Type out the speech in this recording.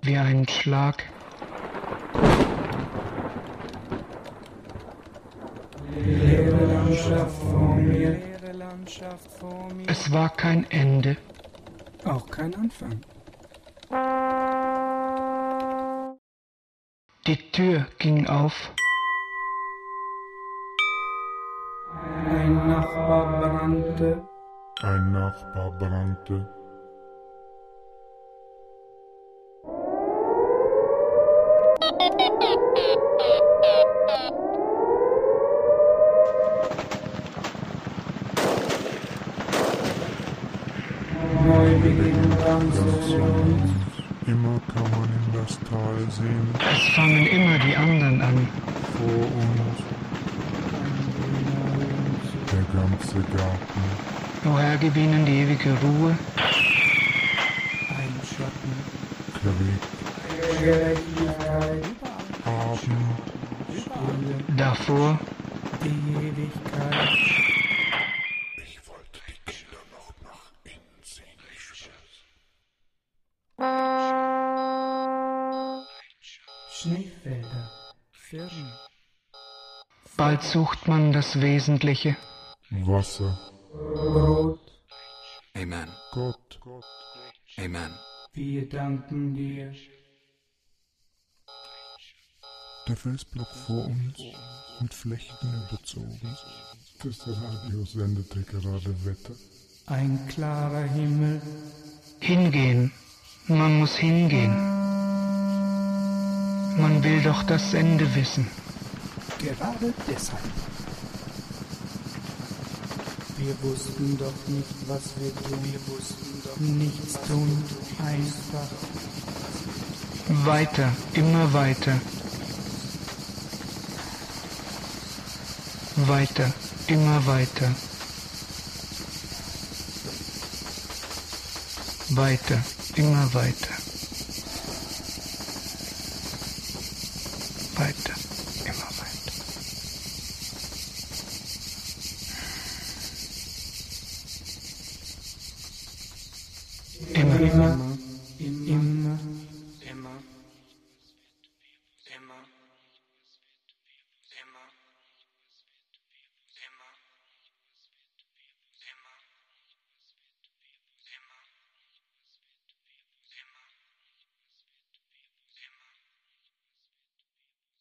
Wie ein Schlag. Leere Landschaft vor mir, Es war kein Ende. auch kein Anfang. Die Tür ging auf. Ein Nachbar brannte, Ein Nachbar brannte, Neubeginn Brandsohn. immer kann man in das Tal sehen, Es fangen immer die anderen an. vor uns der ganze Garten, Woher gewinnen die ewige Ruhe? Ein Schatten, Krieg, Gerechtigkeit, Abend, Davor die Ewigkeit. Schneefelder, Firn, Bald sucht man das Wesentliche. Wasser, Brot, Amen. Gott, Amen. wir danken dir. der Felsblock vor uns, mit Flechten überzogen. Das Radio sendete gerade Wetter. Ein klarer Himmel, Hingehen. Man muss hingehen. Man will doch das Ende wissen. gerade deshalb. Wir wussten doch nicht, was wir tun. Wir wussten doch nichts tun, einfach Weiter, immer weiter. Weiter, immer weiter. Weiter, immer weiter.